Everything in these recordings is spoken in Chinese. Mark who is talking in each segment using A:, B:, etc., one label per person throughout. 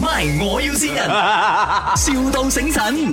A: ，My 我要先人，,笑到醒神。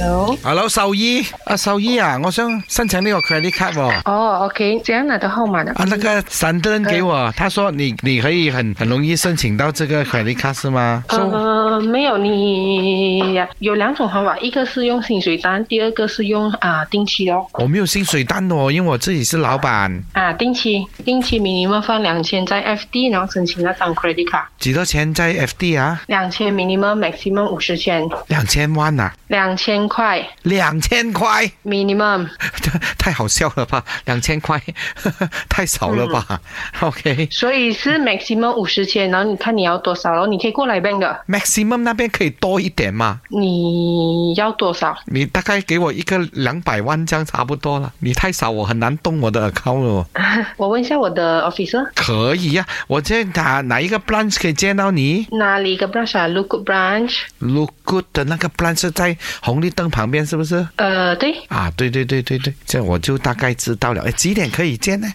B: Hello，
C: Hello，獸醫，啊獸醫啊，我想申請呢個 credit card 喎、
B: 哦、o k 怎样拿到号码的？
C: 啊，那个闪灯给我，他说你你可以很很容易申请到这个 credit card 是吗？So-
B: 呃，没有，你有两种方法，一个是用薪水单，第二个是用啊定期哦，
C: 我没有薪水单哦，因为我自己是老板，
B: 啊定期定期 minimum 放两千在 FD，然后申请那张 credit card，
C: 几多钱在 FD 啊？
B: 两千 minimum maximum 五十千，
C: 两千万啊，
B: 两千块
C: 两千块，
B: minimum，
C: 太太好笑了吧？两千块 太少了吧、o k
B: 所以是 maximum 五十千，然后你看你要多少，然后你可以过来 bank 的，
C: Maximum 那边可以多一点嘛？
B: 你要多少？
C: 你大概给我一个两百万这样差不多了。你太少，我很难动我的 account 了哦。
B: 我问一下我的 officer。
C: 可以呀、我这哪哪一个 branch 可以见到你？
B: 哪里一个 branch 啊？Look branch，
C: Look Good 的那个 plan 是在红绿灯旁边，是不是？
B: 呃，对，
C: 啊，对对对对对，这样我就大概知道了。哎，几点可以见呢？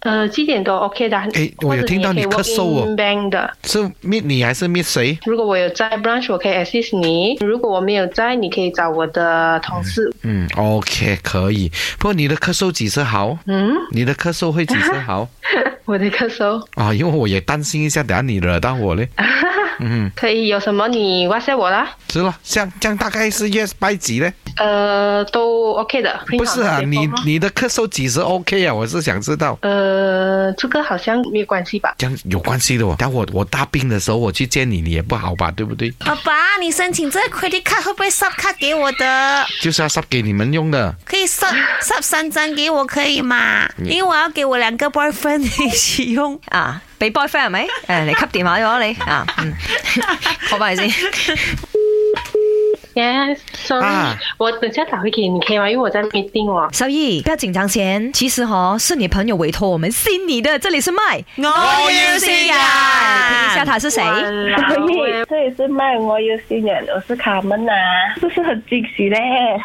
B: 呃，几点都 OK 的。
C: 诶我有听到你咳嗽
B: 或
C: 哦
B: 者你也可以 walk in bank 的，
C: 是 meet 你还是 meet 谁？
B: 如果我有在 branch，我可以 assist 你；如果我没有在，你可以找我的同事。
C: 嗯，OK，可以。不过你的咳嗽几时好？
B: 嗯，
C: 你的咳嗽会几时 好？
B: 我的咳嗽
C: 啊，因为我也担心一下，等下你惹到我嘞。
B: 啊
C: 嗯，
B: 可以有什么你 WhatsApp 我啦。
C: 是了，像这样大概是 yes by 几呢？
B: 呃，都 OK 的。
C: 不是啊，
B: print
C: 你
B: 好那些 form 咯
C: 你的咳嗽几时 OK 啊？我是想知道。
B: 呃，这个好像没有关系吧？
C: 这样有关系的哦。等下我我大病的时候我去见你，你也不好吧，对不对？
D: 爸爸，你申请这个 credit card 会不会 sub 卡给我的？
C: 就是要 sub 给你们用的。
D: 可以 sub sub 三张给我可以吗？因为我要给我两个 boyfriend 一起用。
E: 啊，俾 boyfriend 系咪？诶、你吸電話咗啊你啊，嗯， 我幫你先。
B: Yes，sorry，、
C: 啊
B: 我等下打回给你可以吗？因为我在 meeting 哦。
E: 小易，不要紧张先。其实哈，是你朋友委托我们信你的，这里是麦。
D: 我先
E: 要听一下他是谁？
B: 啊
F: 所以这里是卖我有新人，我是卡门啊，是不是很惊喜嘞？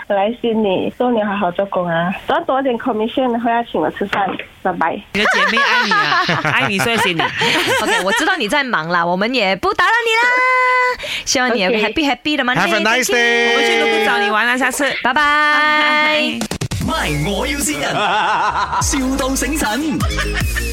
F: 来信你，祝你好好做工啊，赚多点 commission，后要请我吃饭，拜拜。
G: 你的姐妹爱你啊，爱你所以写你。
E: OK，我知道你在忙啦，我们也不打扰你啦。希望你也
B: OK
E: happy happy 的嘛。
C: Have a nice day
G: 我去卢布找你玩啊，下次。
E: 拜拜。
A: My 我要先人，,笑到醒神。